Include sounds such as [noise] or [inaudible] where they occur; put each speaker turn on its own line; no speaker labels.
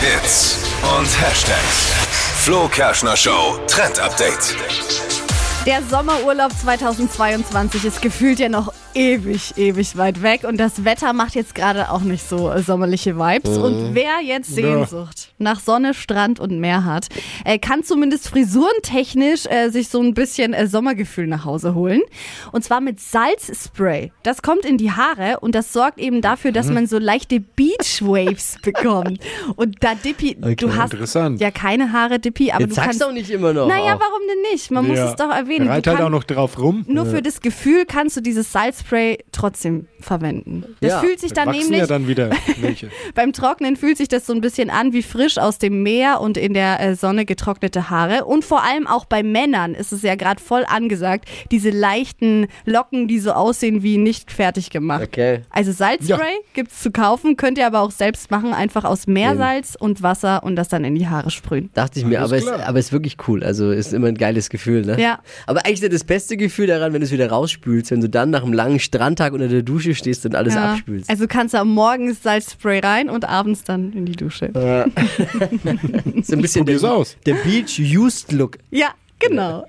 Hits und Hashtags. Flo Kerschner Show Trend Update.
Der Sommerurlaub 2022 ist gefühlt ja noch ewig, ewig weit weg und das Wetter macht jetzt gerade auch nicht so äh, sommerliche Vibes. Und wer jetzt Sehnsucht nach Sonne, Strand und Meer hat, äh, kann zumindest frisurentechnisch äh, sich so ein bisschen äh, Sommergefühl nach Hause holen. Und zwar mit Salzspray. Das kommt in die Haare und das sorgt eben dafür, dass man so leichte Beachwaves bekommt. Und da Dippi, du hast
Interessant.
ja keine Haare, Dippi, aber
Jetzt
du
sag's
kannst
doch nicht immer noch. Oh.
naja,
Ach,
warum denn nicht? Man muss es doch erwähnen.
Reit
Du
halt
kann-
auch noch drauf rum.
nur für das Gefühl kannst du dieses Salzspray trotzdem verwenden. Das
Ja,
fühlt sich dann
Wachsen
nämlich,
ja dann
[laughs]
wieder welche.
beim Trocknen fühlt sich das so ein bisschen an wie frisch aus dem Meer und in der äh, Sonne getrocknete Haare. Und vor allem auch bei Männern ist es ja gerade voll angesagt, diese leichten Locken, die so aussehen wie nicht fertig gemacht.
Okay.
Also Salzspray gibt's zu kaufen, könnt ihr aber auch selbst machen, einfach aus Meersalz und Wasser und das dann in die Haare sprühen.
Dachte ich mir,
Alles
aber es,
klar.
aber es ist wirklich cool. Also ist immer ein geiles Gefühl, ne?
Ja.
Aber eigentlich ist ja das beste Gefühl daran, wenn du es wieder rausspülst, wenn du dann nach einem langen Strandtag unter der Dusche stehst und alles
Ja.
abspülst.
Also kannst du am Morgen das Salzspray rein und abends dann in die Dusche.
[laughs] Also, ist ein bisschen
probier's
der,
aus.
der Beach Used Look.
Ja, genau.